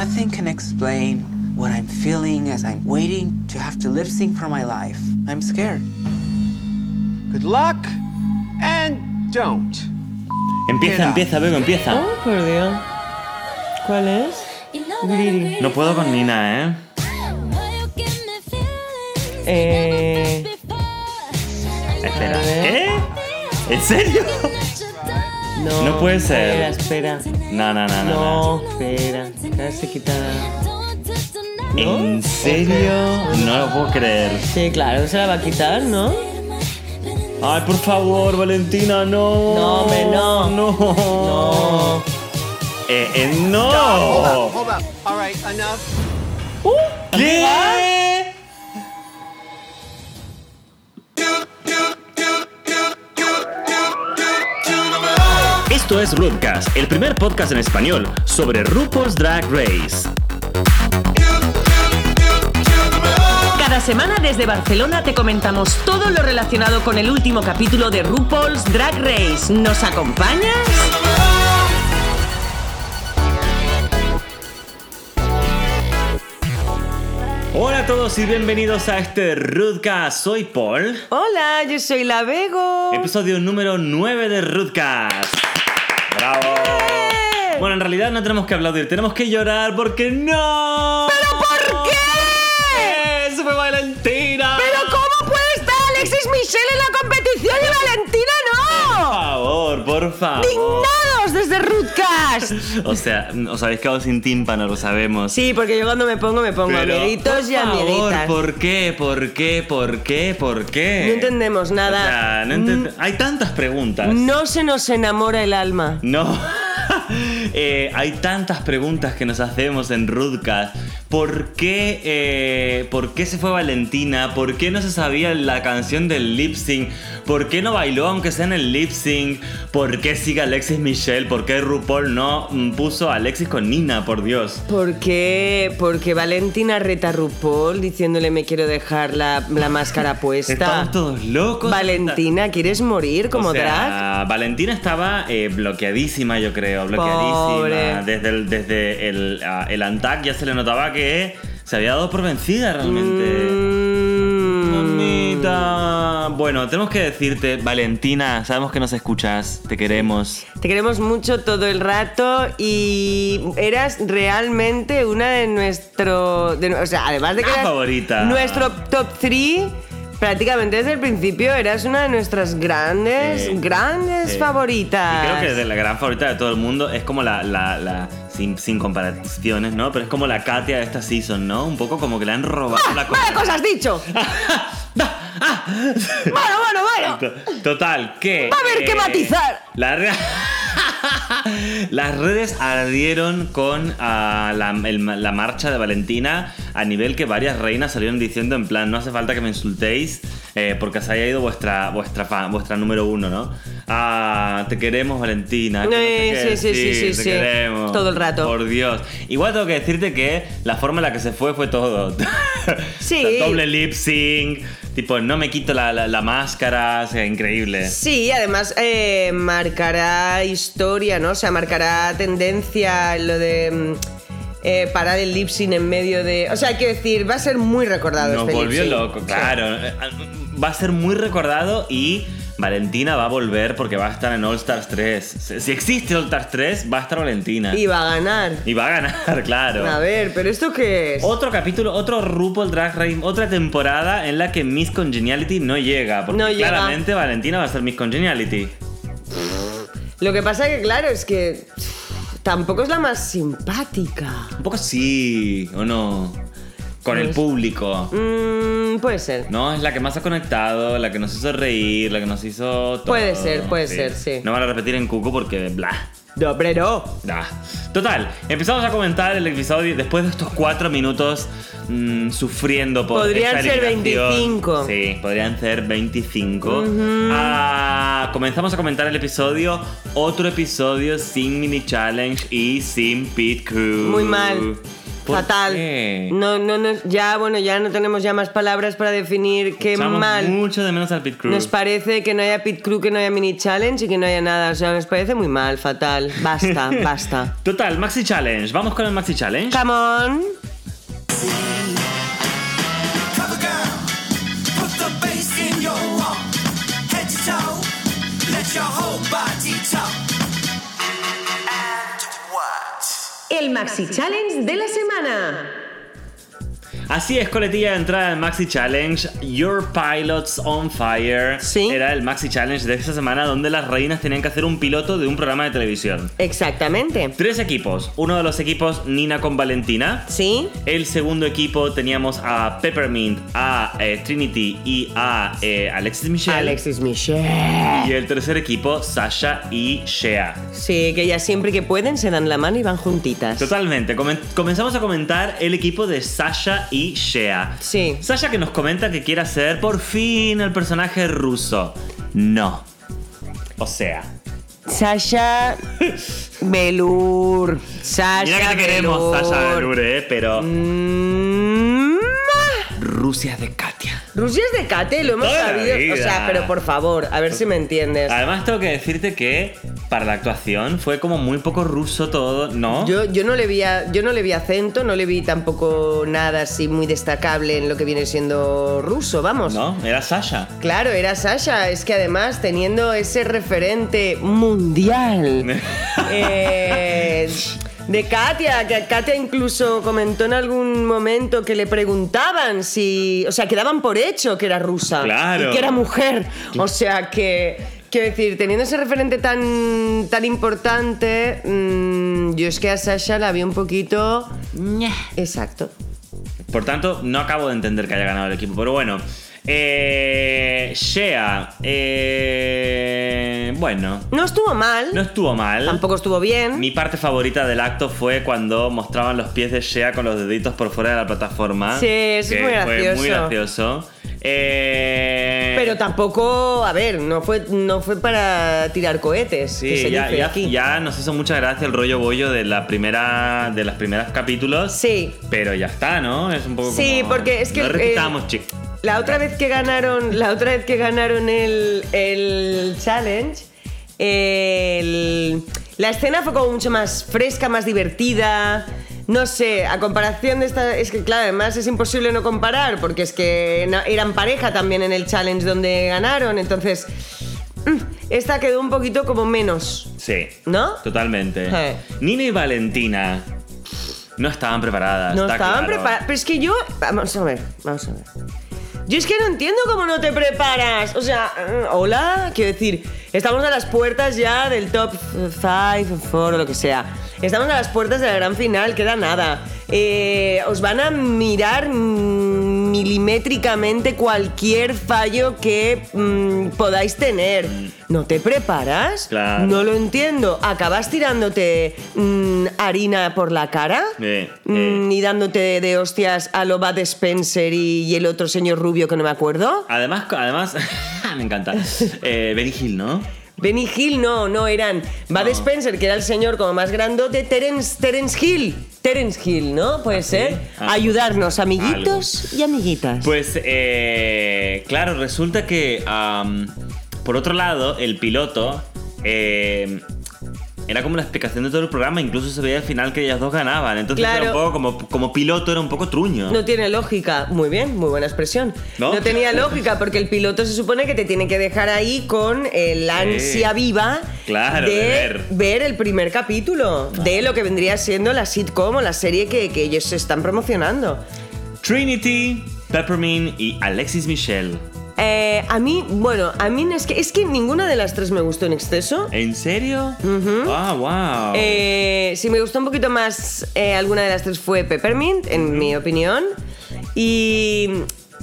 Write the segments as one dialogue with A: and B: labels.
A: Nothing can explain what I'm feeling as I'm waiting to have to lip sync for my life. I'm scared.
B: Good luck and don't.
C: Empieza, empieza, Bego, empieza.
D: Oh, por Dios. ¿Cuál es? Greedy.
C: No puedo con Nina, ¿eh?
D: Eh,
C: Espera.
D: A ver.
C: ¿Qué? ¿En serio?
D: no,
C: No puede ser.
D: Espera, espera.
C: No, no, no, no.
D: No, espera. Ahora se quita.
C: no. ¿En serio? No lo puedo creer.
D: Sí, claro, se la va a quitar, ¿no?
C: Ay, por favor, Valentina, no.
D: No, hombre, no.
C: No.
D: No.
C: Eh, eh, no.
B: Hold
C: Oh.
B: up, hold up. All right, enough.
C: ¿Qué?
E: Esto es Rudcast, el primer podcast en español sobre RuPaul's Drag Race.
F: Cada semana desde Barcelona te comentamos todo lo relacionado con el último capítulo de RuPaul's Drag Race. ¿Nos acompañas?
C: Hola a todos y bienvenidos a este Rudcast. Soy Paul.
D: Hola, yo soy la Vego.
C: Episodio número 9 de Rudcast. ¡Bravo! Bueno, en realidad no tenemos que aplaudir, tenemos que llorar porque no. ¿Pero por qué? ¡Eso fue Valentina!
F: cómo puede estar Alexis Michelle en la competición y Valentina
C: Por
F: no?
C: favor, por favor.
F: ¡Indignados desde Rootcast!
C: O sea, os habéis quedado sin tímpano, lo sabemos.
D: Sí, porque yo cuando me pongo, me pongo
C: Pero,
D: amiguitos y
C: Por
D: amiguitas.
C: favor, ¿por qué? ¿Por qué? ¿Por qué? ¿Por qué?
D: No entendemos nada.
C: O
D: Mm.
C: sea, no enten- Hay tantas preguntas.
D: No se nos enamora el alma.
C: No. Eh, hay tantas preguntas que nos hacemos en Rudcast. ¿Por qué, eh, ¿Por qué se fue Valentina? ¿Por qué no se sabía la canción del lip sync? ¿Por qué no bailó aunque sea en el lip sync? ¿Por qué sigue Alexis Michelle? ¿Por qué RuPaul no mm, puso a Alexis con Nina? Por Dios.
D: ¿Por qué? Porque Valentina reta a RuPaul diciéndole me quiero dejar la, la máscara puesta.
C: Estamos todos locos.
D: Valentina, ¿quieres morir como
C: O
D: drag?
C: sea, Valentina estaba eh, bloqueadísima, yo creo, bloqueadísima.
D: Pobre.
C: Desde, el, desde el, ah, el Antac ya se le notaba que se había dado por vencida realmente.
D: Mm.
C: Mamita. Bueno, tenemos que decirte, Valentina, sabemos que nos escuchas, te queremos.
D: Te queremos mucho todo el rato y eras realmente una de nuestro. de nu- o sea, además de que
C: La
D: eras
C: favorita.
D: nuestro top 3, prácticamente desde el principio eras una de nuestras grandes,
C: Sí.
D: grandes
C: Sí. Eh,
D: favoritas.
C: Y creo que es de la gran favorita de todo el mundo. Es como la. la- la- sin, sin comparaciones, ¿no? Pero es como la Katia de esta season, ¿no? Un poco como que le han robado la cosa.
D: Ah,
C: Ah,
D: ¡Vaya cosa has dicho! ¡Bueno, bueno, bueno!
C: To- Total, que. eh,
D: Va a haber que matizar.
C: la re- Las redes ardieron con ah, la, el- la marcha de Valentina a nivel que varias reinas salieron diciendo en plan, no hace falta que me insultéis eh, porque se haya ido vuestra, vuestra, fan- vuestra número uno, ¿no? Ah, te queremos Valentina. que no sé
D: Eh,
C: qué
D: sí, sí, sí,
C: decir,
D: sí,
C: te
D: sí.
C: queremos.
D: Todo el rato.
C: Por Dios. Igual tengo que decirte que la forma en la que se fue fue todo.
D: Sí.
C: O sea, doble lip sync, tipo, no me quito la, la- la máscara, o sea, increíble.
D: Sí, además eh, marcará historia, ¿no? O sea, marcará tendencia en lo de mm, eh, parar el lip sync en medio de. O sea, quiero decir, va a ser muy recordado
C: Nos
D: este lip
C: volvió
D: sync.
C: loco,
D: Sí.
C: claro. Va a ser muy recordado y Valentina va a volver porque va a estar en All Stars 3. Si- Si existe All Stars 3, va a estar Valentina.
D: Y va a ganar.
C: Y va a ganar, claro.
D: A ver, ¿pero esto qué es?
C: Otro capítulo, otro RuPaul Drag Race, otra temporada en la que Miss Congeniality no llega. Porque
D: No llega.
C: claramente Valentina va a ser Miss Congeniality.
D: Lo que pasa que, claro, es que pff, tampoco es la más simpática.
C: Un poco sí, ¿o no? Con el
D: Pues-
C: público.
D: Mm, puede ser.
C: No, es la que más ha conectado, la que nos hizo reír, la que nos hizo todo.
D: Puede ser, puede ser, sí.
C: No van a repetir en Cuco porque bla.
D: No, pero no.
C: Nah. Total, empezamos a comentar el episodio después de estos cuatro minutos mm, sufriendo por
D: Podrían
C: esta
D: ser
C: eliminación.
D: 25.
C: Sí, podrían ser 25. Ah, comenzamos a comentar el episodio, otro episodio sin mini challenge y sin pit crew.
D: Muy mal.
G: ¿Por
D: fatal.
G: qué?
D: No, no, no, ya, bueno, ya no tenemos ya más palabras para definir qué
G: Echamos
D: mal
G: mucho de menos al Pit Crew.
D: nos parece que no haya pit crew, que no haya mini challenge y que no haya nada. O sea, nos parece muy mal, fatal. Basta, basta.
C: Total, Maxi Challenge. Vamos con el Maxi Challenge.
D: Come on.
A: El Maxi Challenge de la semana.
C: Así es, coletilla de entrada del Maxi Challenge. Your Pilots on Fire.
D: Sí.
C: Era el Maxi Challenge de esta semana donde las reinas tenían que hacer un piloto de un programa de televisión.
D: Exactamente.
C: Tres equipos. Uno de los equipos, Nina con Valentina.
D: ¿Sí?
C: El segundo equipo teníamos a Peppermint, a eh, Trinity y a eh, Alexis Michelle.
D: Alexis Michel.
C: Y el tercer equipo, Sasha y Shea.
D: Sí, que ya siempre que pueden se dan la mano y van juntitas.
C: Totalmente. Comen- comenzamos a comentar el equipo de Sasha y Shea.
D: Sí.
C: Sasha que nos comenta que quiere hacer por fin el personaje ruso. No. O sea.
D: Sasha Belur. Sasha
C: Mira que te queremos,
D: Velour.
C: Sasha Velour, ¿eh? Pero.
D: Mm, ah.
C: Rusia es de Katia.
D: Rusia es de Kate, lo hemos
C: Toda la
D: sabido. O
C: vida. Ah,
D: sea, pero por favor, a ver si me entiendes.
C: Además, tengo que decirte que para la actuación fue como muy poco ruso todo, ¿no?
D: Yo, yo, no le vi a- yo no le vi acento, no le vi tampoco nada así muy destacable en lo que viene siendo ruso, vamos.
C: ¿No? Era Sasha.
D: Claro, era Sasha. Es que además, teniendo ese referente mundial eh, de Katia, que Katia incluso comentó en algún momento que le preguntaban si. O sea, que daban por hecho que era rusa.
C: Claro.
D: Y que era mujer. O sea, que. Quiero decir, teniendo ese referente tan, tan importante, mm, yo es que a Sasha la vi un poquito. Exacto.
C: Por tanto, no acabo de entender que haya ganado el equipo, pero bueno. Eh, Shea, eh, bueno,
D: No estuvo mal,
C: no estuvo mal.
D: tampoco estuvo bien.
C: Mi parte favorita del acto fue cuando mostraban los pies de Shea con los deditos por fuera de la plataforma.
D: Sí, eso
C: que
D: es muy
C: Fue muy
D: gracioso.
C: gracioso. Eh,
D: Pero tampoco, a ver, no fue, no fue para tirar cohetes.
C: Sí,
D: que se
C: ya,
D: dice
C: ya-
D: aquí.
C: ya nos hizo mucha gracia el rollo bollo de la primera de los primeros capítulos.
D: Sí.
C: Pero ya está, ¿no? Es un poco
D: Sí,
C: como-
D: porque es que,
C: No
D: eh,
C: repitamos, chicos.
D: La otra vez que ganaron, la otra vez que ganaron el, el challenge, el- la escena fue como mucho más fresca, más divertida. No sé, a comparación de esta. Es que, claro, además es imposible no comparar, porque es que na- eran pareja también en el challenge donde ganaron. Entonces, mm, esta quedó un poquito como menos.
C: Sí.
D: ¿No?
C: Totalmente.
D: Sí.
C: Nina y Valentina no estaban preparadas.
D: No
C: está
D: estaban
C: claro.
D: preparadas. Pero es que yo. Vamos a ver, vamos a ver. Yo es que no entiendo cómo no te preparas. O sea, mm, hola, quiero decir, estamos a las puertas ya del top 5, 4, lo que sea. Estamos a las puertas de la gran final, queda nada. Eh, os van a mirar mm, milimétricamente cualquier fallo que mm, podáis tener. ¿No te preparas?
C: Mm. Claro.
D: No lo entiendo. ¿Acabas tirándote mm, harina por la cara?
C: Eh,
D: Mm,
C: eh.
D: y dándote de hostias a lo Bud Spencer y, y el otro señor rubio que no me acuerdo.
C: Además, además me encanta. Eh, Benny Hill, ¿no?
D: Benny Hill, no, no, eran Bud Spencer, que era el señor como más grandote, Terence, Terence Hill. Terence Hill, ¿no? Puede ser.
C: Ah.
D: Ayudarnos, amiguitos y amiguitas.
C: Pues, eh, claro, resulta que, am, por otro lado, el piloto eh, era como la explicación de todo el programa, incluso se veía al final que ellas dos ganaban. Entonces,
D: Claro.
C: era un poco como, como piloto, era un poco truño.
D: No tiene lógica. Muy bien, muy buena expresión.
C: ¿No?
D: tenía lógica porque el piloto se supone que te tiene que dejar ahí con el ansia viva
C: Claro,
D: de,
C: de ver. Ah.
D: el primer capítulo de lo que vendría siendo la sitcom o la serie que, que ellos están promocionando.
C: Trinity, Peppermint y Alexis Michelle.
D: Eh, a mí, bueno, a mí es que, es que ninguna de las tres me gustó en exceso.
C: ¿En serio? Ah, wow.
D: Eh, si me gustó un poquito más eh, alguna de las tres fue Peppermint, en mi opinión. Y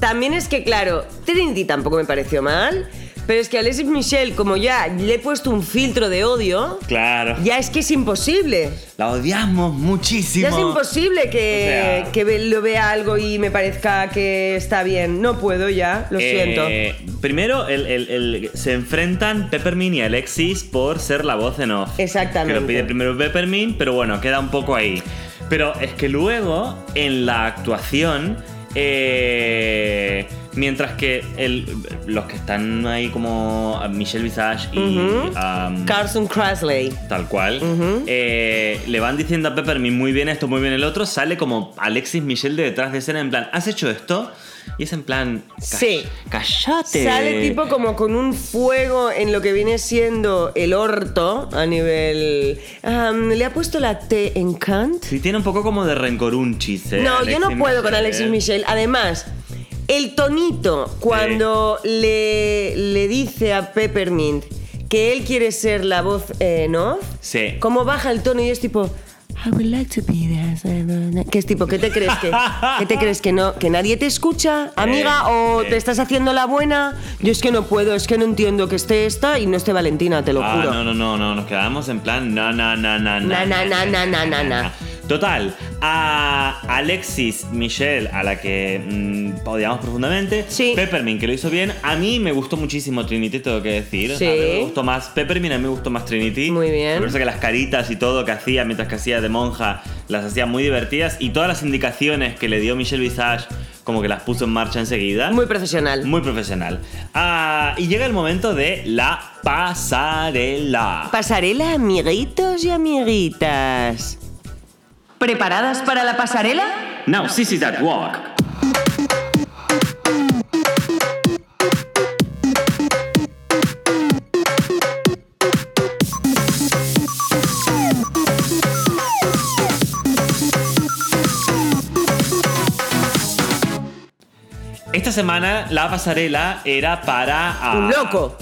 D: también es que, claro, Trinity tampoco me pareció mal. Pero es que a Alexis Michelle, como ya le he puesto un filtro de odio,
C: claro.
D: ya es que es imposible.
C: La odiamos muchísimo.
D: Ya es imposible que,
C: O sea-
D: que ve- lo vea algo y me parezca que está bien. No puedo ya, lo siento.
C: Eh, Primero, el- el- el- se enfrentan Peppermint y Alexis por ser la voz en off.
D: Exactamente.
C: Que lo pide primero Peppermint, pero bueno, queda un poco ahí. Pero es que luego, en la actuación, eh, mientras que el- los que están ahí como Michelle Visage y... um,
D: Carson Crasley.
C: Tal cual. Eh, le van diciendo a Peppermint muy bien esto, muy bien el otro. Sale como Alexis Michelle de detrás de escena en plan, ¿has hecho esto? Y es en plan, "Ca-
D: Sí.
C: ¡Cállate!
D: Sale tipo como con un fuego en lo que viene siendo el orto a nivel... Am, ¿Le ha puesto la T en Kant?
C: Sí, tiene un poco como de rencorunchis. eh,
D: No, yo
C: Alexis ¿eh?
D: no puedo con
C: Michelle.
D: Alexis Michel. Además, el tonito cuando le, le dice a Peppermint que él quiere ser la voz, eh, ¿no?
C: Sí.
D: Cómo baja el tono y es tipo... I would like to be there. Que es tipo, ¿qué te crees que? ¿Qué te crees que no? ¿Que nadie te escucha, amiga? ¿O
C: sí.
D: te estás haciendo la buena? Yo es que no puedo, es que no entiendo que esté esta y no esté Valentina, te lo
C: Ah,
D: juro.
C: no, no, no, no, nos quedamos en plan, na, na, na, na,
D: Na, na, na, na, na, na, na.
C: Total, a Alexis Michelle, a la que mm, odiamos profundamente.
D: Sí.
C: Peppermint, que lo hizo bien. A mí me gustó muchísimo Trinity, tengo que decir.
D: Sí.
C: A mí me gustó más Peppermint, a mí me gustó más Trinity.
D: Muy bien.
C: Me parece que las caritas y todo que hacía mientras que hacía de monja las hacía muy divertidas. Y todas las indicaciones que le dio Michelle Visage, como que las puso en marcha enseguida.
D: Muy profesional.
C: Muy profesional. Ah, y llega el momento de la pasarela.
D: Pasarela, amiguitos y amiguitas.
A: ¿Preparadas para la pasarela?
C: Now, this is that walk. Esta semana la pasarela era para. ah,
D: Un loco.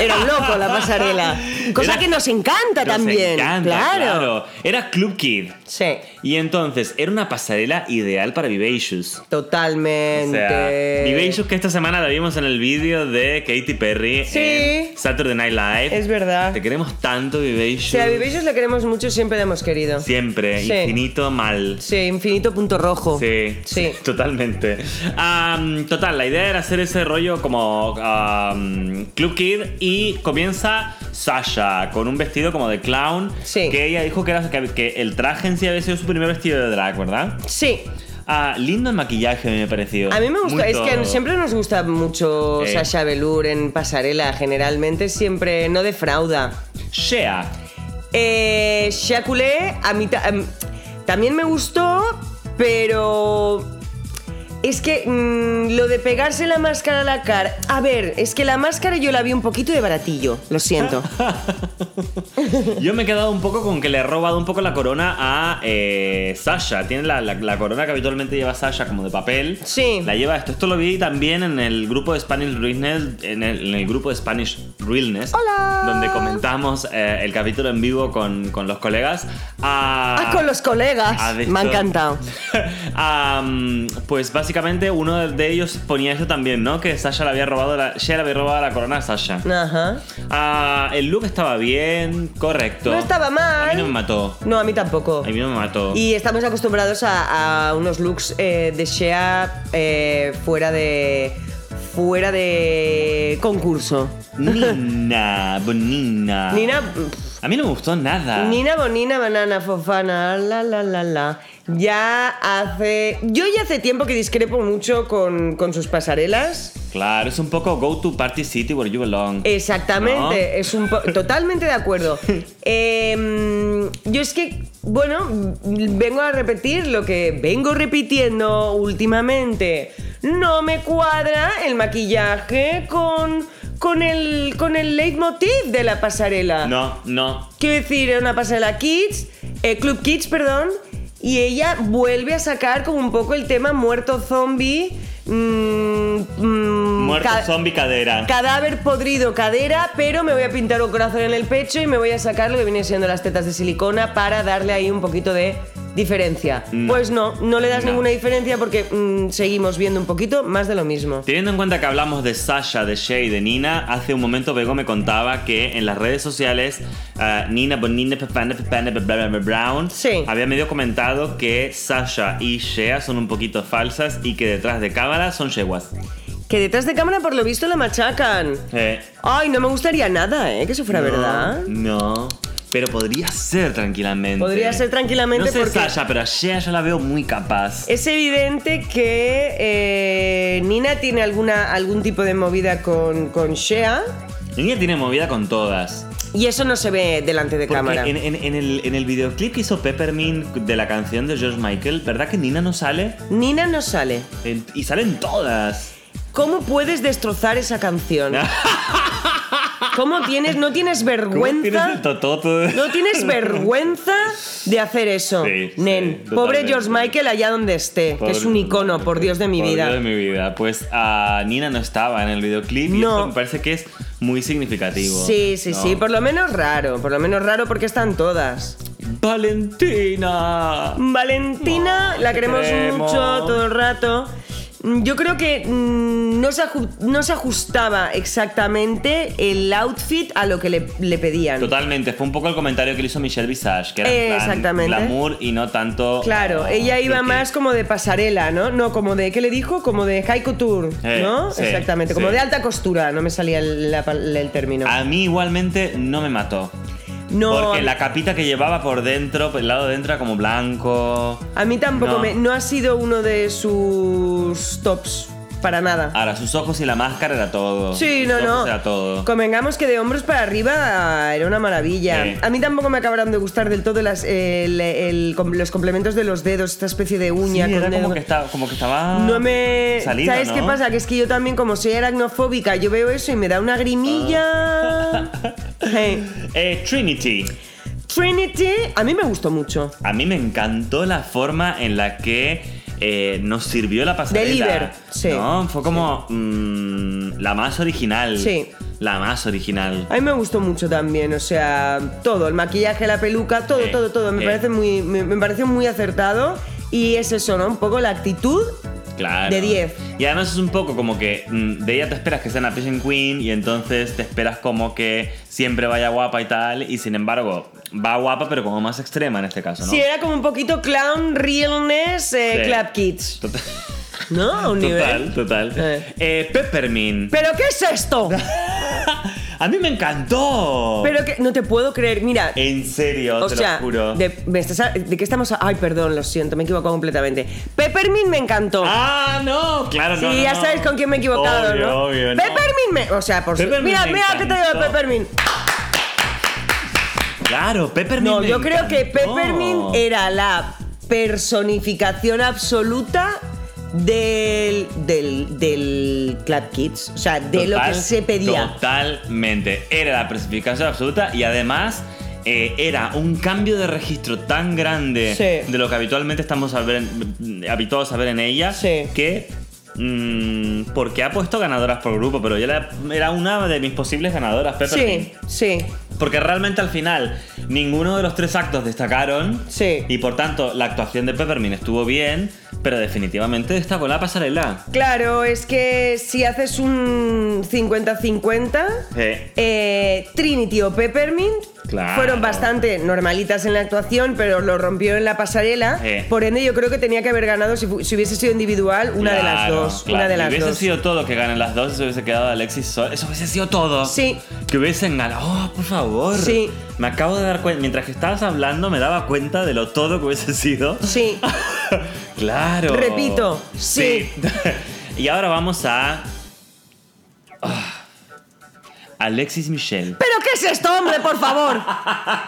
D: Era un loco la pasarela. Cosa
C: Era-
D: que nos encanta
C: Nos
D: también.
C: encanta,
D: claro.
C: claro. Era Club Kid.
D: Sí,
C: Y entonces, era una pasarela ideal para Vivacious.
D: totalmente.
C: O sea, Vivacious que esta semana la vimos en el vídeo de Katy Perry
D: Sí.
C: en Saturday Night Live.
D: Es verdad.
C: Te queremos tanto, Vivacious.
D: O sea, a Vivacious le queremos mucho, siempre le hemos querido.
C: Siempre,
D: Sí.
C: infinito mal.
D: Sí, infinito punto rojo.
C: Sí,
D: Sí.
C: totalmente. Am, total, la idea era hacer ese rollo como am, Club Kid y comienza Sasha con un vestido como de clown.
D: Sí.
C: Que ella dijo que, era, que, que el traje en sí había sido su primer vestido de drag, ¿verdad?
D: Sí.
C: Ah, lindo el maquillaje a mí me pareció.
D: A mí me gusta,
C: Muy
D: es que
C: todo.
D: siempre nos gusta mucho
C: Sí.
D: Sasha Velour en pasarela, generalmente siempre no defrauda.
C: Shea.
D: Eh, Shakulé, a mí ta- em, también me gustó, pero es que mm, lo de pegarse la máscara a la cara. A ver, es que la máscara yo la vi un poquito de baratillo, lo siento.
C: Yo me he quedado un poco con que le he robado un poco la corona a eh, Sasha. Tiene la, la- la corona que habitualmente lleva Sasha como de papel.
D: Sí.
C: La lleva esto. Esto lo vi también en el grupo de Spanish Realness. En el, en el grupo de Spanish Realness.
D: Hola.
C: Donde comentamos eh, el capítulo en vivo con, con los colegas.
D: Ah,
C: Ah,
D: con los colegas.
C: Ah, de
D: me ha
C: esto.
D: encantado.
C: Am, pues básicamente uno de ellos ponía esto también, ¿no? Que Sasha le había robado la, Shea le había robado la corona a Sasha.
D: Ajá.
C: Ah, el look estaba bien, correcto.
D: No estaba mal.
C: A mí no me mató.
D: No, a mí tampoco.
C: A mí no me mató.
D: Y estamos acostumbrados a, a unos looks eh, de Shea eh, fuera de. fuera de concurso.
C: Nina, Bonina.
D: Nina. pff,
C: A mí no me gustó nada.
D: Nina Bonina Banana Fofana, la la la la. Ya hace. Yo ya hace tiempo que discrepo mucho con, con sus pasarelas.
C: Claro, es un poco go to party city where you belong.
D: Eh, Exactamente,
C: ¿No?
D: es un po- totalmente de acuerdo. Eh, yo es que, bueno, vengo a repetir lo que vengo repitiendo últimamente. No me cuadra el maquillaje con, con, el, con el leitmotiv de la pasarela.
C: No, no.
D: Quiero decir, era una pasarela Kids, eh, Club Kids, perdón, y ella vuelve a sacar como un poco el tema muerto zombie. mm, mm,
C: Muerto
D: ca-
C: zombie cadera.
D: Cadáver podrido, cadera, pero me voy a pintar un corazón en el pecho y me voy a sacar lo que viene siendo las tetas de silicona para darle ahí un poquito de diferencia. Pues no, no le das
C: Mm. No.
D: ninguna diferencia porque mm, seguimos viendo un poquito más de lo mismo.
C: Teniendo en cuenta que hablamos de Sasha, de Shay, de Nina, hace un momento Bego me contaba que en las redes sociales ah, Nina Bonina Pepana, Pepana, bla, bla, bla, Brown
D: Sí.
C: había medio comentado que Sasha y Shea son un poquito falsas y que detrás de cámara son yeguas.
D: Que detrás de cámara, por lo visto, la machacan.
C: Eh,
D: Ay, no me gustaría nada, ¿eh? Que eso fuera
C: no,
D: verdad.
C: No. Pero podría ser tranquilamente.
D: Podría ser tranquilamente
C: No sé
D: porque- Eh.
C: Sasha, pero a Shea yo la veo muy capaz.
D: Es evidente que eh, Nina tiene alguna, algún tipo de movida con, con Shea
C: Niña tiene movida con todas.
D: y eso no se ve delante de
C: Porque
D: cámara.
C: en, en- en el, en el videoclip que hizo Peppermint de la canción de George Michael, ¿verdad que Nina no sale?
D: Nina no sale.
C: En- y salen todas.
D: ¿Cómo puedes destrozar esa canción? ¿Cómo tienes, no tienes
C: ¿Cómo tienes
D: vergüenza?
C: el tototo de-
D: No tienes vergüenza de hacer eso,
C: Sí, sí,
D: Nen. Pobre
C: totalmente.
D: George Michael allá donde esté, que es un icono, por Dios de mi
C: Por
D: vida.
C: Dios de mi vida. Pues ah, Nina no estaba en el videoclip y
D: No.
C: esto me parece que es muy significativo.
D: Sí, sí,
C: No.
D: sí, por lo menos raro, por lo menos raro porque están todas.
C: ¡Valentina!
D: Valentina,
C: Ah. No,
D: la
C: te
D: queremos,
C: queremos.
D: mucho todo el rato. Mm, Yo creo que mm, no se, aju- no se ajustaba exactamente el outfit a lo que le, le pedían.
C: Totalmente, fue un poco el comentario que le hizo Michelle Visage, que era en plan
D: Exactamente.
C: glamour y no tanto.
D: Claro,
C: ah,
D: ella iba
C: creo que-
D: más como de pasarela, ¿no? No, como de, ¿qué le dijo? Como de high couture,
C: Eh,
D: ¿no?
C: sí,
D: Exactamente, como
C: sí.
D: de alta costura, no me salía el, la pal- el término.
C: A mí igualmente no me mató.
D: no, a
C: Porque
D: mí-
C: la capita que llevaba por dentro, por el lado de dentro era como blanco.
D: a mí tampoco
C: No.
D: me... No ha sido uno de sus tops para nada.
C: Ahora, sus ojos y la máscara era todo. Ah,
D: Sí,
C: Sus
D: no,
C: ojos
D: no.
C: Era todo.
D: Convengamos que de hombros para arriba era una maravilla.
C: Sí.
D: A mí tampoco me acabaron de gustar del todo las, el- el- com- los complementos de los dedos, esta especie de
C: Sí,
D: uña. con
C: era como
D: dedo.
C: que, estaba, como que estaba.
D: no me.
C: salida,
D: ¿Sabes
C: ¿no?
D: qué pasa? Que es que yo también, como soy aracnofóbica, yo veo eso y me da una grimilla. Hey.
C: Eh, Trinity.
D: Trinity, a mí me gustó mucho.
C: A mí me encantó la forma en la que eh, nos sirvió la pasarela.
D: Deliver, sí.
C: ¿no? Fue como mm, la más original.
D: Sí.
C: La más original.
D: A mí me gustó mucho también, o sea, todo, el maquillaje, la peluca, todo,
C: Eh,
D: todo, todo. Me,
C: eh.
D: parece muy, me, me pareció muy acertado y es eso, ¿no? Un poco la actitud
C: Claro.
D: De 10.
C: Y además es un poco como que mm, de ella te esperas que sea una Pigeon Queen y entonces te esperas como que siempre vaya guapa y tal. Y sin embargo, va guapa, pero como más extrema en este caso, ¿no?
D: Sí, era como un poquito clown, realness, eh,
C: Sí.
D: clap kids.
C: Total,
D: ¿No? A un
C: total.
D: nivel.
C: total.
D: Eh.
C: Eh, Peppermint.
D: ¿Pero qué es esto?
C: A mí me encantó.
D: Pero que no te puedo creer. Mira,
C: En serio,
D: o
C: te
D: sea,
C: lo juro.
D: De, me estás a- ¿de qué estamos? a- Ay, perdón, lo siento, me he equivocado completamente. Peppermint me encantó.
C: Ah, no, claro,
D: sí,
C: no. no,
D: ya
C: no.
D: sabes con quién me he equivocado,
C: obvio,
D: ¿no?
C: Obvio, no.
D: Peppermint me, o sea, por su-
C: Peppermint
D: Mira,
C: me
D: mira que te digo
C: encantó.
D: Peppermint.
C: Claro, Peppermint.
D: No,
C: me
D: yo creo que
C: encantó.
D: Peppermint era la personificación absoluta del, del, del Club Kids. O sea, de lo que
C: Total-
D: se pedía.
C: Totalmente. Era la precificación absoluta y además eh, era un cambio de registro tan grande
D: Sí.
C: de lo que habitualmente estamos a ver en- habituados a ver en ella
D: Sí.
C: que. mm, porque ha puesto ganadoras por grupo, pero yo la- era una de mis posibles ganadoras, Peppermint.
D: Sí, sí.
C: Porque realmente al final ninguno de los tres actos destacaron.
D: Sí.
C: Y por tanto la actuación de Peppermint estuvo bien, pero definitivamente destacó la pasarela.
D: Claro, es que si haces un 50-50,
C: Sí.
D: eh, Trinity o Peppermint
C: Claro.
D: fueron bastante normalitas en la actuación, pero lo rompió en la pasarela.
C: Sí.
D: Por ende, yo creo que tenía que haber ganado si, fu- si hubiese sido individual una de las
C: Claro,
D: dos.
C: claro.
D: Una de
C: Si
D: las
C: hubiese
D: dos.
C: sido todo que ganen las dos, eso hubiese quedado Alexis Sol. Eso hubiese sido todo.
D: Sí.
C: Que hubiesen ganado. Oh, por favor.
D: Sí.
C: Me acabo de dar cuenta. Mientras que estabas hablando, me daba cuenta de lo todo que hubiese sido.
D: Sí.
C: Claro.
D: Repito, sí.
C: y ahora vamos a. Ah. Alexis Michel.
D: ¿Pero qué es esto, hombre, por favor?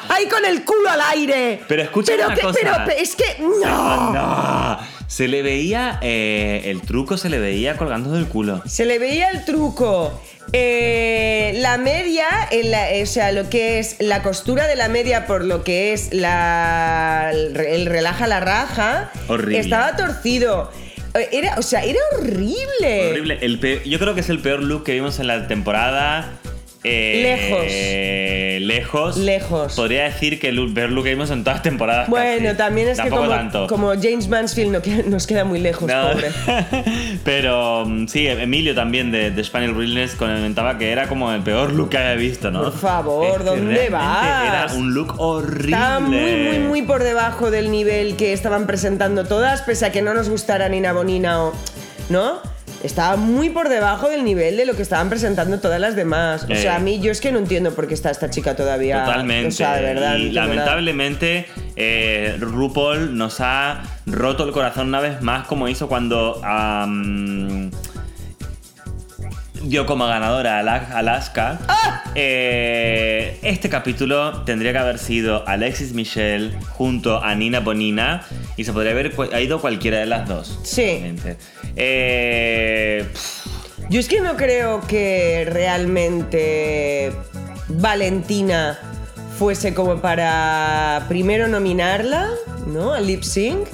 D: Ahí con el culo al aire.
C: Pero escucha
D: pero
C: una
D: qué-
C: cosa.
D: Pero pe- es que... ¡No!
C: Ah, no. Se le veía. eh, el truco se le veía colgando del culo.
D: Se le veía el truco. Eh, la media, en la- eh, o sea, lo que es la costura de la media por lo que es la, el, re- el relaja la raja,
C: Horrible.
D: estaba torcido. Eh, Era, o sea, era horrible.
C: Horrible. El pe- yo creo que es el peor look que vimos en la temporada. Eh, lejos.
D: Lejos.
C: Podría decir que el peor look que vimos en todas las temporadas.
D: Bueno,
C: casi.
D: también es
C: Tampoco
D: que como,
C: tanto.
D: como James Mansfield no que- nos queda muy lejos,
C: No.
D: pobre.
C: Pero mm, sí, Emilio también de, de Spaniel Realness comentaba que era como el peor look que había visto, ¿no?
D: Por favor,
C: que
D: ¿dónde
C: realmente
D: vas?
C: Era un look horrible.
D: Estaba muy, muy, muy por debajo del nivel que estaban presentando todas, pese a que no nos gustara Nina Bonina o. ¿No? estaba muy por debajo del nivel de lo que estaban presentando todas las demás. O
C: Eh.
D: sea, a mí yo es que no entiendo por qué está esta chica todavía.
C: Totalmente.
D: O sea, de verdad. no
C: Y
D: entiendo nada.
C: lamentablemente, eh, RuPaul nos ha roto el corazón una vez más, como hizo cuando am, dio como ganadora a Ala- Alaska.
D: ¡Ah!
C: Eh, este capítulo tendría que haber sido Alexis Michelle junto a Nina Bonina y se podría haber cu- ha ido cualquiera de las dos.
D: Sí.
C: Realmente. Eh,
D: Yo es que no creo que realmente Valentina fuese como para primero nominarla, ¿no? Al lip sync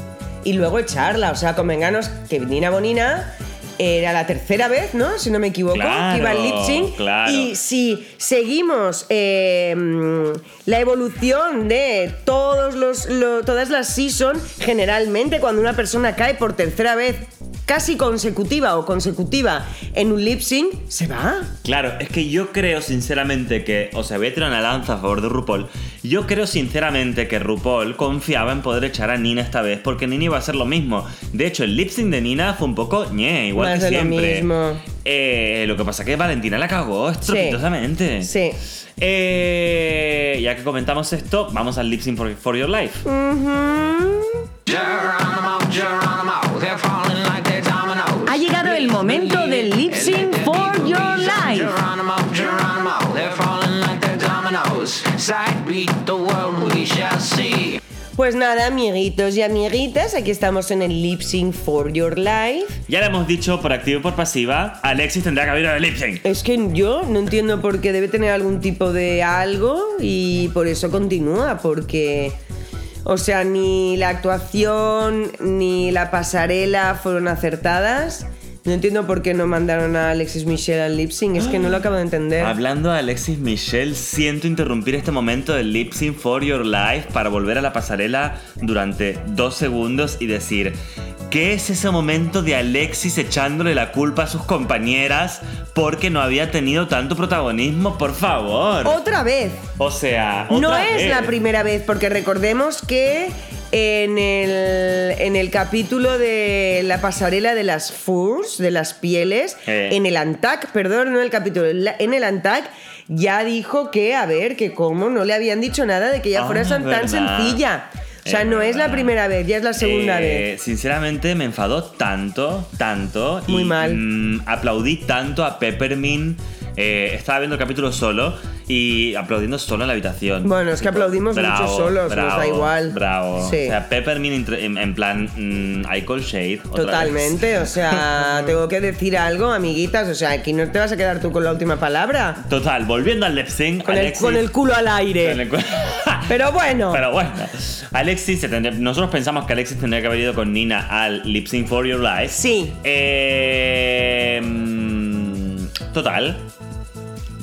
D: y luego echarla. O sea, convenganos que Nina Bonina era la tercera vez, ¿no? Si no me equivoco, que iba al lip
C: Claro,
D: sync.
C: claro.
D: Y si seguimos eh, mm, la evolución de todos los, lo- todas las season, generalmente cuando una persona cae por tercera vez casi consecutiva o consecutiva en un lip sync, se va.
C: Claro, es que yo creo sinceramente que, o sea, voy a tirar una lanza a favor de RuPaul. Yo creo sinceramente que RuPaul confiaba en poder echar a Nina esta vez, porque Nina iba a hacer lo mismo. De hecho, el lip sync de Nina fue un poco ñe, igual
D: Más
C: que
D: de lo
C: siempre.
D: mismo.
C: Eh, lo que pasa es que Valentina la cagó estrepitosamente.
D: Sí.
C: Eh, ya que comentamos esto, vamos al lip sync for, for Your Life.
D: Mm,
H: Geronimo, Geronimo, they're falling like they're dominoes.
A: Ha llegado el momento del lip sync for your life.
H: Geronimo, Geronimo, they're falling like they're dominoes. Side beat the world we shall see.
D: Pues nada, amiguitos y amiguitas, aquí estamos en el lip sync for your life.
C: Ya le hemos dicho por activo y por pasiva, Alexis tendrá que abrir el lip sync.
D: Es que yo no entiendo por qué debe tener algún tipo de algo y por eso continúa, porque, o sea, ni la actuación ni la pasarela fueron acertadas. No entiendo por qué no mandaron a Alexis Michelle al lip sync, es que no lo acabo de entender.
C: Hablando de Alexis Michelle, siento interrumpir este momento del lip sync for your life para volver a la pasarela durante dos segundos y decir: ¿Qué es ese momento de Alexis echándole la culpa a sus compañeras porque no había tenido tanto protagonismo? Por favor.
D: Otra vez.
C: O sea,
D: no
C: otra
D: es
C: vez.
D: la primera vez, porque recordemos que en el, en el capítulo de la pasarela de las furs, de las pieles,
C: Eh.
D: en el Antac, perdón, no en el capítulo, en la- en el Antac, ya dijo que, a ver, que cómo no le habían dicho nada de que ella
C: Ah,
D: fuera tan, tan
C: verdad.
D: sencilla. O sea,
C: Es
D: no es la
C: verdad.
D: primera vez, ya es la segunda
C: Eh,
D: vez.
C: Sinceramente me enfadó tanto, tanto.
D: Muy
C: y,
D: mal.
C: mm, aplaudí tanto a Peppermint. Eh, estaba viendo el capítulo solo y aplaudiendo solo en la habitación.
D: Bueno, es que aplaudimos mucho solos, nos da igual.
C: Bravo.
D: Sí.
C: O sea, Peppermint entre- en, en plan mm, I call shade. otra vez.
D: Totalmente, o sea, tengo que decir algo, amiguitas, o sea, aquí no te vas a quedar tú con la última palabra.
C: Total, volviendo al lip sync.
D: Con, el,
C: Alexis-
D: con el culo al aire.
C: con el cu-
D: Pero bueno.
C: Pero bueno, Alexis, se tendría- nosotros pensamos que Alexis tendría que haber ido con Nina al Lip Sync for Your Life.
D: Sí.
C: Eh, mm, total.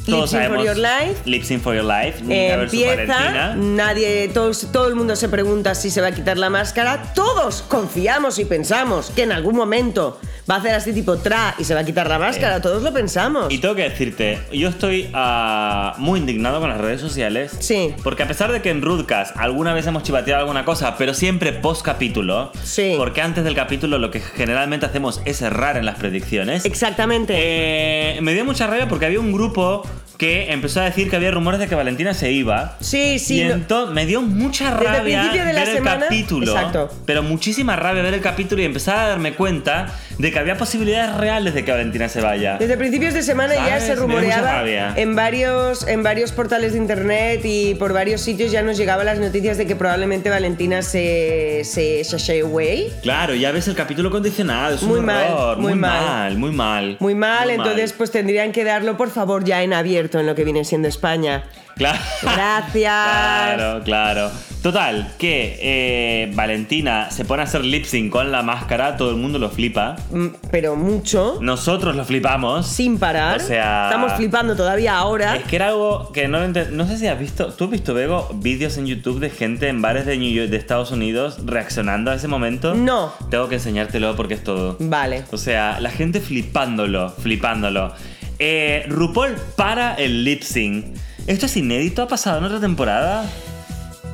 D: Lip Sync for Your Life.
C: Lip Sync for Your Life. Nina
D: Eh,
C: versus
D: empieza,
C: Valentina.
D: nadie, todos, todo el mundo se pregunta si se va a quitar la máscara. Todos confiamos y pensamos que en algún momento va a hacer así tipo tra y se va a quitar la máscara. Todos lo pensamos.
C: Eh. Y tengo que decirte, yo estoy ah, muy indignado con las redes sociales.
D: Sí.
C: Porque a pesar de que en Rudcast alguna vez hemos chivateado alguna cosa, pero siempre post capítulo.
D: Sí.
C: Porque antes del capítulo lo que generalmente hacemos es errar en las predicciones.
D: Exactamente.
C: Eh, me dio mucha rabia porque había un grupo que empezó a decir que había rumores de que Valentina se iba.
D: sí, sí.
C: y
D: no-
C: entonces me dio mucha
D: Desde el
C: rabia
D: principio de la
C: ver el
D: semana,
C: capítulo.
D: exacto.
C: Pero muchísima rabia ver el capítulo y empezar a darme cuenta de que había posibilidades reales de que Valentina se vaya.
D: Desde principios de semana ya
C: ¿Sabes?
D: se
C: Me dio mucha
D: rumoreaba
C: rabia.
D: en varios, en varios portales de internet y por varios sitios ya nos llegaban las noticias de que probablemente Valentina se, se sashay away.
C: Claro, ya ves el capítulo condicionado, es
D: Muy
C: un
D: mal,
C: horror,
D: muy
C: muy,
D: mal.
C: mal, muy mal.
D: Muy mal, entonces pues tendrían que darlo por favor ya en abierto en lo que viene siendo España.
C: Claro.
D: Gracias.
C: Claro, claro. Total, que eh, Valentina se pone a hacer lip sync con la máscara, todo el mundo lo flipa.
D: Mm, Pero mucho,
C: Nosotros lo flipamos.
D: sin parar.
C: O sea-
D: Estamos flipando todavía ahora.
C: Es que era algo que no lo ente- No sé si has visto. ¿Tú has visto, Bego, vídeos en YouTube de gente en bares de, New York, de Estados Unidos reaccionando a ese momento?
D: No.
C: Tengo que enseñártelo porque es todo.
D: Vale.
C: O sea, la gente flipándolo, flipándolo. Eh, RuPaul para el lip sync. Esto es inédito, ha pasado en otra temporada.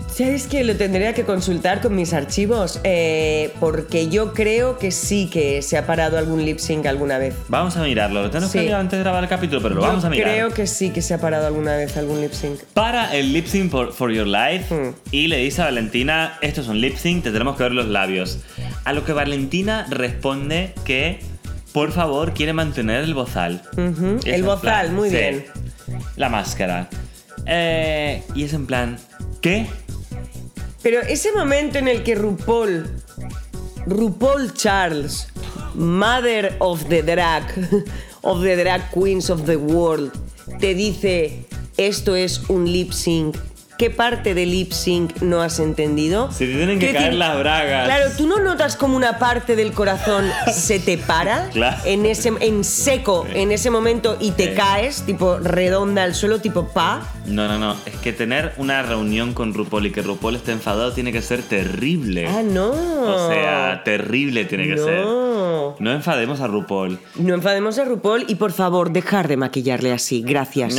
D: ¿Sabes que lo tendría que consultar con mis archivos? Eh, porque yo creo que sí que se ha parado algún lip sync alguna vez.
C: Vamos a mirarlo. Lo tenemos que
D: Sí.
C: mirar antes de grabar el capítulo, pero lo
D: Yo
C: vamos a mirar.
D: Creo que sí que se ha parado alguna vez algún lip sync.
C: Para el lip sync for, for your life
D: Mm.
C: y le dice a Valentina, esto es un lip sync, te tenemos que ver los labios. A lo que Valentina responde que, por favor, quiere mantener el bozal.
D: Ujú,
C: Y es
D: el
C: en
D: bozal, muy
C: sí,
D: bien.
C: La máscara. Eh, y es en plan, ¿qué?
D: Pero ese momento en el que RuPaul, RuPaul Charles, Mother of the Drag, of the Drag Queens of the World, te dice esto es un lip sync. ¿Qué parte de lip sync no has entendido?
C: Se te tienen que
D: Quiero
C: caer
D: decir,
C: las bragas.
D: Claro, tú no notas como una parte del corazón se te para
C: Claro.
D: en ese en seco en ese momento y te
C: Sí.
D: caes tipo redonda al suelo tipo pa.
C: No, no, no. Es que tener una reunión con RuPaul y que RuPaul esté enfadado tiene que ser terrible.
D: Ah, no.
C: O sea, terrible tiene que ser.
D: No.
C: No enfademos a RuPaul.
D: No enfademos a RuPaul y por favor, dejar de maquillarle así. Gracias.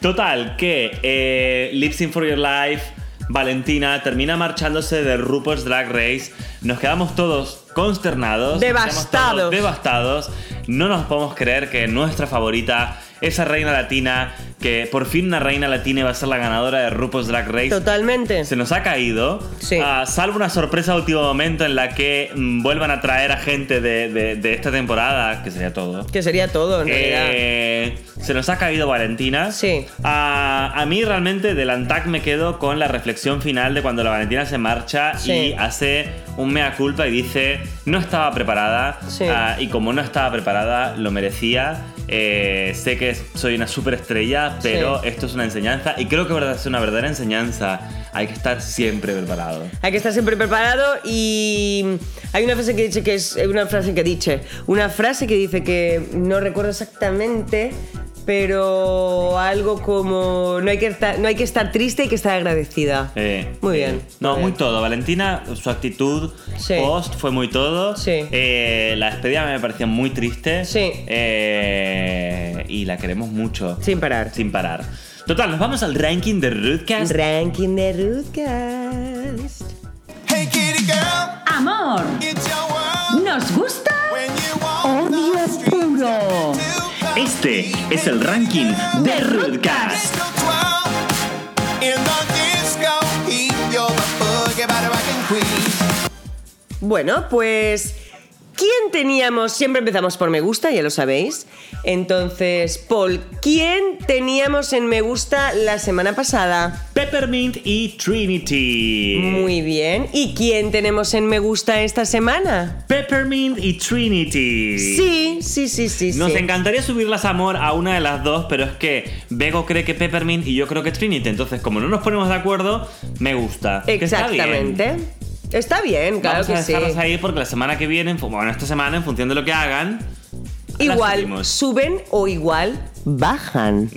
C: Total, que eh, Lip Sync for Your Life, Valentina termina marchándose de RuPaul's Drag Race. Nos quedamos todos consternados. nos quedamos
D: Devastados.
C: todos devastados. No nos podemos creer que nuestra favorita, esa reina latina, que por fin una reina latina va a ser la ganadora de RuPaul's Drag Race.
D: Totalmente.
C: Se nos ha caído.
D: Sí.
C: Ah, salvo una sorpresa a último momento en la que mm, vuelvan a traer a gente de- de- de esta temporada, que sería todo.
D: Que sería todo, en realidad.
C: Eh, se nos ha caído Valentina.
D: Sí.
C: A, a mí realmente del Antac me quedo con la reflexión final de cuando la Valentina se marcha
D: Sí.
C: y hace un mea culpa y dice, no estaba preparada
D: Sí.
C: ah, y como no estaba preparada lo merecía. Eh, sé que soy una superestrella, pero
D: Sí.
C: esto es una enseñanza y creo que verdad- es una verdadera enseñanza. Hay que estar siempre preparado.
D: Hay que estar siempre preparado y hay una frase que dice que es eh, una frase que dice, una frase que dice que no recuerdo exactamente, pero algo como no hay que estar, no hay que estar triste, hay que estar agradecida.
C: Eh,
D: Muy
C: eh,
D: bien,
C: No,
D: muy
C: muy
D: bien.
C: todo. Valentina, su actitud
D: Sí.
C: post fue muy todo.
D: Sí.
C: Eh, la despedida me pareció muy triste.
D: Sí.
C: Eh, y la queremos mucho.
D: Sin parar.
C: Sin parar. Total, nos vamos al ranking de Rootcast.
D: Ranking de Rootcast.
B: Hey kitty girl,
A: Amor,
B: it's your world.
A: nos gusta Oh,
B: When you walk the streets,
A: puro.
B: you
C: Este es el ranking de Rootcast.
B: Little twirl in the disco heat. You're the boogie body rocking queen.
D: Bueno, pues. ¿Quién teníamos? Siempre empezamos por me gusta, ya lo sabéis. Entonces, Paul, ¿quién teníamos en me gusta la semana pasada?
C: Peppermint y Trinity.
D: Muy bien. ¿Y quién tenemos en me gusta esta semana?
C: Peppermint y Trinity.
D: Sí, sí, sí, sí.
C: Eh. Nos
D: sí.
C: encantaría subirlas amor a una de las dos, pero es que Bego cree que Peppermint y yo creo que Trinity. Entonces, como no nos ponemos de acuerdo, me gusta. Que está bien.
D: Exactamente. Está bien, claro
C: Vamos a
D: que sí.
C: dejarlas ahí porque la semana que viene, en fu- bueno, esta semana, en función de lo que hagan, las
D: Igual
C: subimos.
D: suben o igual bajan.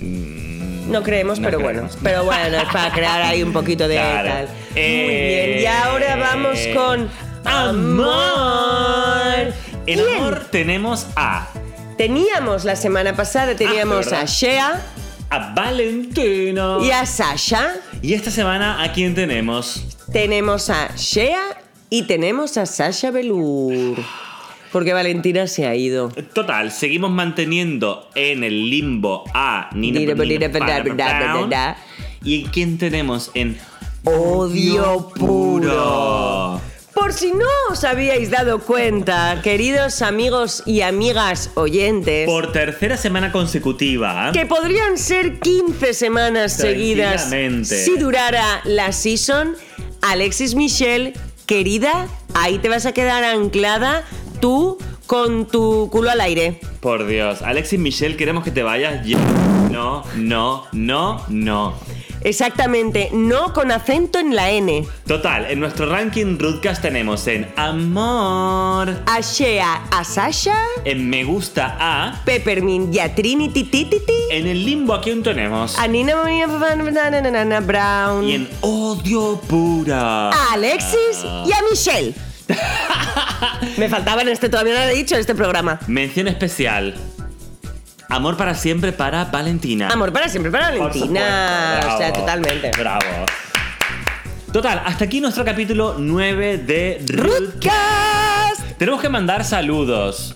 D: No creemos,
C: Mm, no
D: pero
C: creemos.
D: bueno. Pero bueno, es para crear ahí un poquito de
C: Claro.
D: tal.
C: Eh,
D: Muy bien. Y ahora vamos con amor.
C: En
D: ¿Quién?
C: amor tenemos a,
D: Teníamos la semana pasada teníamos
C: Ah, ¿verdad? Oh.
D: a Shea
C: a Valentino.
D: y a Sasha.
C: Y esta semana, ¿a quién tenemos?
D: Tenemos a Shea y tenemos a Sasha Belur. Porque Valentina se ha ido.
C: Total, seguimos manteniendo en el limbo a Nina
D: Nina-
C: Nina-
D: Nina-
C: Nina-
D: Nina- Nina-
C: Brown.
D: Nina-
C: ¿Y quién tenemos en
D: Odio puro. Por si no os habíais dado cuenta, queridos amigos y amigas oyentes,
C: Por tercera semana consecutiva.
D: que podrían ser 15 semanas seguidas
C: Tranquilamente.
D: si durara la season, Alexis Michel, querida, ahí te vas a quedar anclada tú con tu culo al aire.
C: Por Dios, Alexis Michelle, queremos que te vayas ya. No, no, no, no.
D: Exactamente, no con acento en la N.
C: Total, en nuestro ranking Rootcast tenemos en Amor,
D: A Shea, a Sasha,
C: en Me Gusta A,
D: Peppermint y a Trinity Tititi.
C: en el limbo a quién tenemos.
D: A Nina María Banana Brown.
C: Y en Odio Pura.
D: a Alexis y a Michelle. Me faltaban este, todavía no lo he dicho en este programa.
C: Mención especial. Amor para siempre para Valentina.
D: Amor para siempre para
C: Por
D: Valentina.
C: supuesto,
D: o sea,
C: bravo,
D: totalmente.
C: Bravo. Total, hasta aquí nuestro capítulo 9 de Rootcast.
D: ¡Cast!
C: Tenemos que mandar saludos.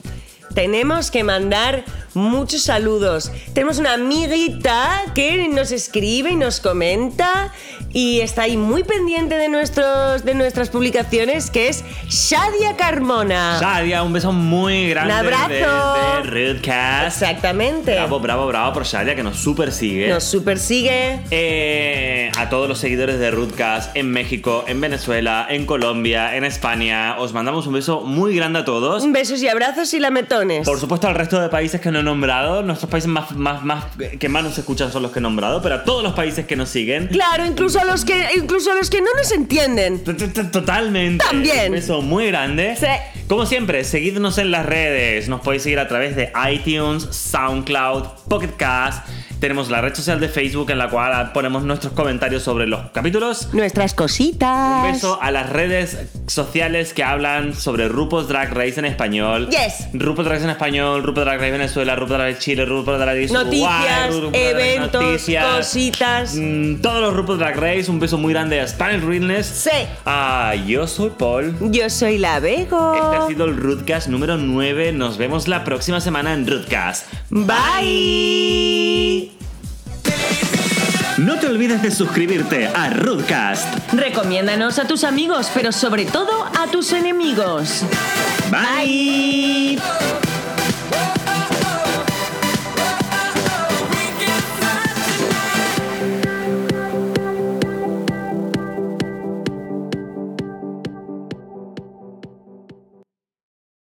D: Tenemos que mandar muchos saludos. Tenemos una amiguita que nos escribe y nos comenta y está ahí muy pendiente de, nuestros, de nuestras publicaciones, que es Shadia Carmona.
C: Shadia, un beso muy grande.
D: Ah. Un abrazo.
C: De, de Rootcast.
D: Exactamente.
C: Bravo, bravo, bravo por Shadia, que nos super sigue.
D: Nos super sigue.
C: Eh, a todos los seguidores de Rootcast en México, en Venezuela, en Colombia, en España, os mandamos un beso muy grande a todos.
D: Besos y abrazos y lametones.
C: Por supuesto, al resto de países que no he nombrado, nuestros países más, más, más, que más nos escuchan son los que he nombrado, pero a todos los países que nos siguen.
D: Claro, incluso a los que, incluso a los que no nos entienden.
C: T- t- t- Totalmente.
D: También.
C: Un beso muy grande.
D: Sí.
C: Como siempre, seguidnos en las redes. Nos podéis seguir a través de iTunes, SoundCloud, Pocket Cast. Tenemos la red social de Facebook en la cual ponemos nuestros comentarios sobre los capítulos.
D: Nuestras cositas.
C: Un beso a las redes sociales que hablan sobre RuPaul's Drag Race en español.
D: Yes.
C: RuPaul's Drag Race en español, RuPaul's Drag Race Venezuela, RuPaul's Drag Race Chile, RuPaul's Drag Race Uruguay,
D: Noticias,
C: RuPaul's Drag Race
D: eventos,
C: noticias.
D: cositas.
C: Mm, Todos los RuPaul's Drag Race, un beso muy grande a Spanish Realness.
D: Sí.
C: Ah, yo soy Paul.
D: Yo soy la Bego.
C: Este ha sido el Rootcast número 9. Nos vemos la próxima semana en Rootcast.
D: Bye.
C: No te olvides de suscribirte a Rootcast.
A: Recomiéndanos a tus amigos, pero sobre todo a tus enemigos.
C: Bye.